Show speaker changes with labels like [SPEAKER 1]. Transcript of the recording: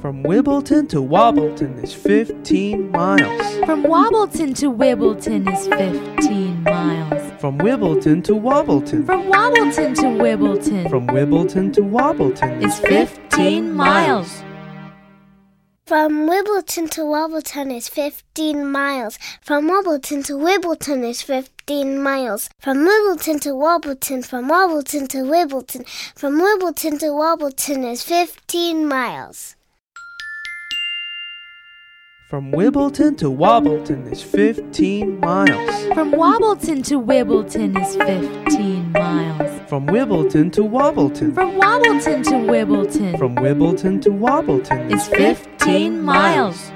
[SPEAKER 1] From Wibbleton to Wobbleton is 15 miles.
[SPEAKER 2] From Wobbleton to Wibbleton is 15 miles.
[SPEAKER 1] From Wibbleton to Wobbleton.
[SPEAKER 2] From Wobbleton to Wibbleton
[SPEAKER 1] From Wibbleton to Wobbleton
[SPEAKER 2] is 15 miles.
[SPEAKER 3] From Wibbleton to Wobbleton is 15 miles. From Wobbleton to Wibbleton is 15 miles. From Wibbleton to Wobbleton, from Wobbleton to Wibbleton, from Wibbleton to Wobbleton is 15 miles.
[SPEAKER 1] From Wibbleton to Wobbleton is 15 miles.
[SPEAKER 2] From Wobbleton to Wibbleton is 15 miles.
[SPEAKER 1] From Wibbleton to Wobbleton.
[SPEAKER 2] From Wobbleton to Wibbleton
[SPEAKER 1] From Wibbleton to Wobbleton
[SPEAKER 2] is 15 miles.